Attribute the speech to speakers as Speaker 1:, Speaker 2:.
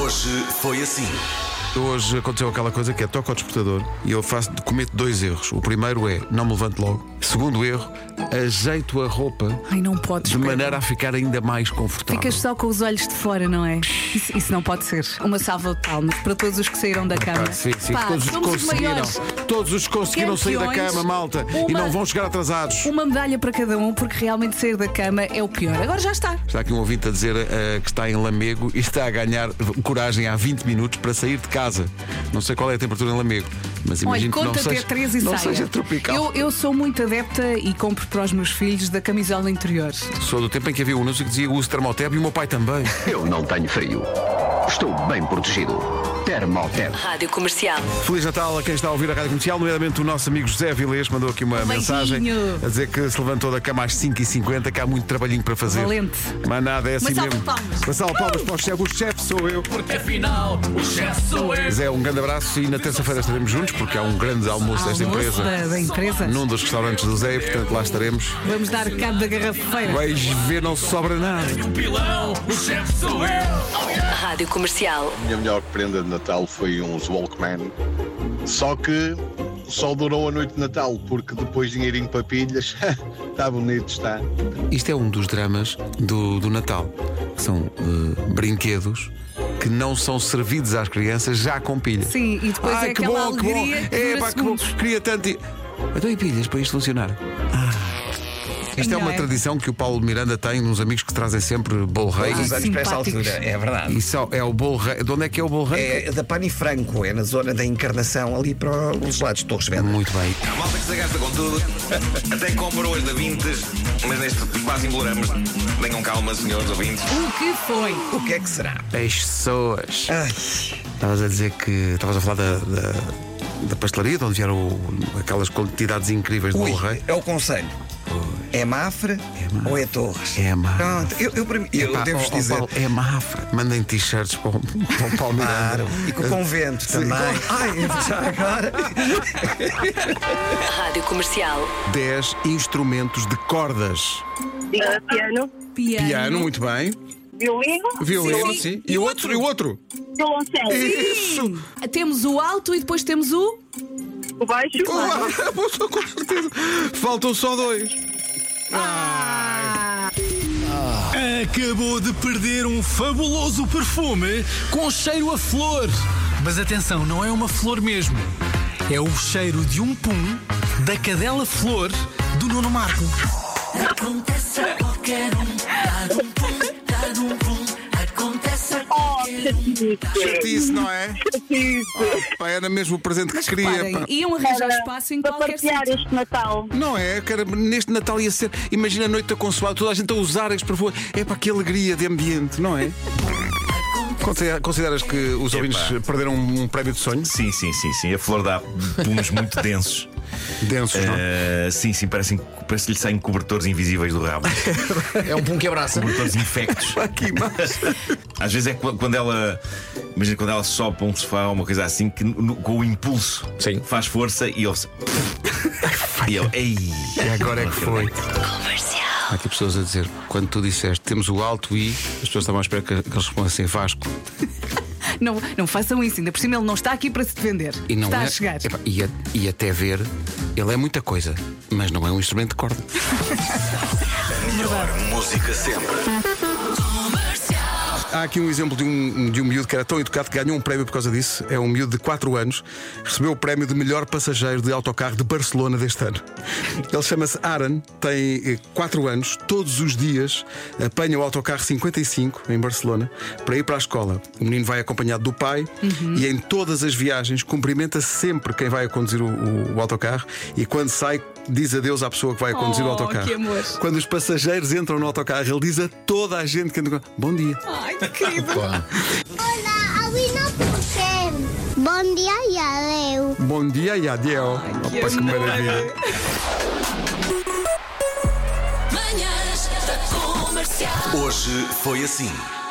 Speaker 1: Hoje foi assim.
Speaker 2: Hoje aconteceu aquela coisa que é toca ao despertador e eu faço, cometo dois erros. O primeiro é não me levanto logo. Segundo erro, ajeito a roupa
Speaker 3: Ai, não podes.
Speaker 2: de
Speaker 3: Pedro.
Speaker 2: maneira a ficar ainda mais confortável.
Speaker 3: Ficas só com os olhos de fora, não é? Isso, isso não pode ser. Uma salva de palmas para todos os que saíram da cama.
Speaker 2: Pá, sim, sim,
Speaker 3: Pá,
Speaker 2: todos os que
Speaker 3: somos os
Speaker 2: conseguiram.
Speaker 3: maiores.
Speaker 2: Todos os que conseguiram sair da
Speaker 3: campeões,
Speaker 2: cama, malta, e
Speaker 3: uma-
Speaker 2: não vão chegar atrasados.
Speaker 3: Uma medalha para cada um, porque realmente sair da cama é o pior. Agora já está.
Speaker 2: Está aqui um ouvinte a dizer eh, que está em Lamego e está a ganhar coragem há 20 minutos para sair de casa. Não sei qual é a temperatura em Lamego, mas
Speaker 3: Olha,
Speaker 2: imagino que não
Speaker 3: conta até
Speaker 2: seja,
Speaker 3: três e
Speaker 2: não
Speaker 3: saia.
Speaker 2: seja tropical.
Speaker 3: Eu, eu sou muito adepta e compro para os meus filhos da camisola interior.
Speaker 2: Sou do tempo em que havia um anúncio que dizia uso termoteb e o meu pai também.
Speaker 4: Eu não tenho frio. Estou bem protegido. Termotec.
Speaker 5: Rádio Comercial.
Speaker 2: Feliz Natal a quem está a ouvir a Rádio Comercial, nomeadamente o nosso amigo José Vilês mandou aqui uma
Speaker 3: Um beijinho.
Speaker 2: mensagem a dizer que se levantou da cama às 5h50, que há muito trabalhinho para fazer.
Speaker 3: Valente.
Speaker 2: Mas nada, é assim
Speaker 3: salva de
Speaker 2: mesmo.
Speaker 3: palmas. Uh!
Speaker 2: Uma salva de palmas para o chefe. O chefe sou eu.
Speaker 6: Porque afinal, o chefe sou eu.
Speaker 2: Zé, um grande abraço e na terça-feira estaremos juntos porque há um grande almoço desta
Speaker 3: Almoço
Speaker 2: empresa.
Speaker 3: da, da empresa.
Speaker 2: Num dos restaurantes do Zé, e portanto lá estaremos.
Speaker 3: Vamos dar cabo da garrafeira.
Speaker 2: Vais ver, não sobra nada.
Speaker 6: O pilão, o chefe sou eu.
Speaker 5: Rádio Comercial.
Speaker 7: minha melhor prenda de Natal foi uns Walkman. Só que só durou a noite de Natal, porque depois dinheirinho para pilhas, está bonito, está.
Speaker 2: Isto é um dos dramas do, do Natal. que São eh, brinquedos que não são servidos às crianças já com pilha.
Speaker 3: Sim, e depois
Speaker 2: Ai,
Speaker 3: é
Speaker 2: que
Speaker 3: aquela
Speaker 2: bom, que bom.
Speaker 3: alegria que
Speaker 2: É,
Speaker 3: dura
Speaker 2: pá, que bom.
Speaker 3: segundos.
Speaker 2: Queria tanto. e- Então e pilhas para isto funcionar. Ah. Isto é
Speaker 3: Não
Speaker 2: uma
Speaker 3: é?
Speaker 2: tradição que o Paulo Miranda tem, uns amigos que trazem sempre bolo rei.
Speaker 8: Todos os anos para essa
Speaker 3: simpáticos.
Speaker 8: altura, é verdade.
Speaker 2: Isso é é o bolo rei. De onde é que é o bolo rei?
Speaker 8: É da Pani Franco, é na zona da encarnação, ali para os lados de Torres Vedras.
Speaker 2: É. Muito bem.
Speaker 9: A malta que se gasta com tudo. Até compra hoje da Vintes, mas neste quase imploramos. Tenham calma, senhores ouvintes.
Speaker 3: O que foi?
Speaker 8: O que é que será?
Speaker 2: As pessoas.
Speaker 8: Ai,
Speaker 2: Estavas a dizer que. Estavas a falar da, da, da pastelaria, de onde vieram o- aquelas quantidades incríveis de
Speaker 8: ui,
Speaker 2: bolo rei.
Speaker 8: é o conselho. É Mafra
Speaker 2: Mafra.
Speaker 8: ou é Torres?
Speaker 2: É Mafra.
Speaker 8: Pronto, eu, eu, para mim- eu
Speaker 2: Epá,
Speaker 8: devo
Speaker 2: ó, ó,
Speaker 8: dizer.
Speaker 2: Paulo, é Mafra. Mandem t-shirts para o, para o Paulo Miranda.
Speaker 8: Claro, e com o convento
Speaker 2: Sim,
Speaker 8: também. Ai, já agora.
Speaker 5: Rádio Comercial.
Speaker 2: 10 instrumentos de cordas.
Speaker 10: piano,
Speaker 3: Piano.
Speaker 2: muito bem.
Speaker 10: violino,
Speaker 2: Violino, sim. E o outro, e o outro.
Speaker 10: violoncelo,
Speaker 2: Isso!
Speaker 3: Temos o alto e depois temos o.
Speaker 10: o baixo,
Speaker 2: Uau, com certeza. Faltam só dois.
Speaker 6: Acabou de perder um fabuloso perfume com cheiro a flor. Mas atenção, não é uma flor mesmo. É o cheiro de um pum da cadela flor do Nuno Marco.
Speaker 5: um.
Speaker 10: oh,
Speaker 5: um.
Speaker 10: chatice,
Speaker 2: Isso, não é?
Speaker 10: chatice.
Speaker 2: Pá, era mesmo o presente que queria.
Speaker 3: Parem,
Speaker 2: pá.
Speaker 3: iam arranjar espaço em
Speaker 10: para
Speaker 3: qualquer
Speaker 10: partilhar
Speaker 3: sítio.
Speaker 10: este Natal.
Speaker 2: Não é? Cara, neste Natal ia ser. Imagina a noite da consoada, toda a gente a usar este perfume. É para que alegria de ambiente, não é? Considera- Consideras que os ouvintes perderam um prémio de sonho?
Speaker 11: Sim, sim, sim, sim. A flor dá pumes muito densos.
Speaker 2: Densos, não?
Speaker 11: Ah, sim, sim, parecem, parece que lhe saem cobertores invisíveis do rabo.
Speaker 8: É um pum que abraça.
Speaker 11: Cobertores infectos.
Speaker 9: Ah,
Speaker 2: Aqui, mas.
Speaker 11: Às vezes é qu- quando ela. Imagina quando ela sobe para um sofá ou uma coisa assim, que no- com o impulso
Speaker 8: Sim.
Speaker 11: faz força e ouve-se. E eu, ei!
Speaker 2: E agora é que foi.
Speaker 5: Comercial.
Speaker 2: Há aqui pessoas a dizer, quando tu disseste temos o alto e as pessoas estavam à espera que, que eles respondessem Vasco
Speaker 3: Não, não façam isso, ainda por cima ele não está aqui para se defender.
Speaker 2: e não é.
Speaker 3: está a chegar.
Speaker 2: Epá, e, a- e até ver, ele é muita coisa, mas não é um instrumento de corda.
Speaker 1: Melhor música sempre.
Speaker 2: Há aqui um exemplo de um, de um miúdo que era tão educado que ganhou um prémio por causa disso. É um miúdo de 4 anos, recebeu o prémio de melhor passageiro de autocarro de Barcelona deste ano. Ele chama-se Aran, tem 4 anos, todos os dias apanha o autocarro 55 em Barcelona para ir para a escola. O menino vai acompanhado do pai
Speaker 3: Uhum.
Speaker 2: e em todas as viagens cumprimenta sempre quem vai a conduzir o, o- o autocarro e quando sai. Diz adeus à pessoa que vai a conduzir o
Speaker 3: Oh,
Speaker 2: autocarro.
Speaker 3: que amor.
Speaker 2: Quando os passageiros entram no autocarro, ele diz a toda a gente que entra no Bom dia.
Speaker 3: Ai, que querido.
Speaker 10: Olá, avui não Bom dia e adeu.
Speaker 2: Bom dia e adiel.
Speaker 3: que
Speaker 2: Opa, que
Speaker 3: amor.
Speaker 2: maravilha.
Speaker 5: Manhãs da Comercial.
Speaker 1: Hoje foi assim.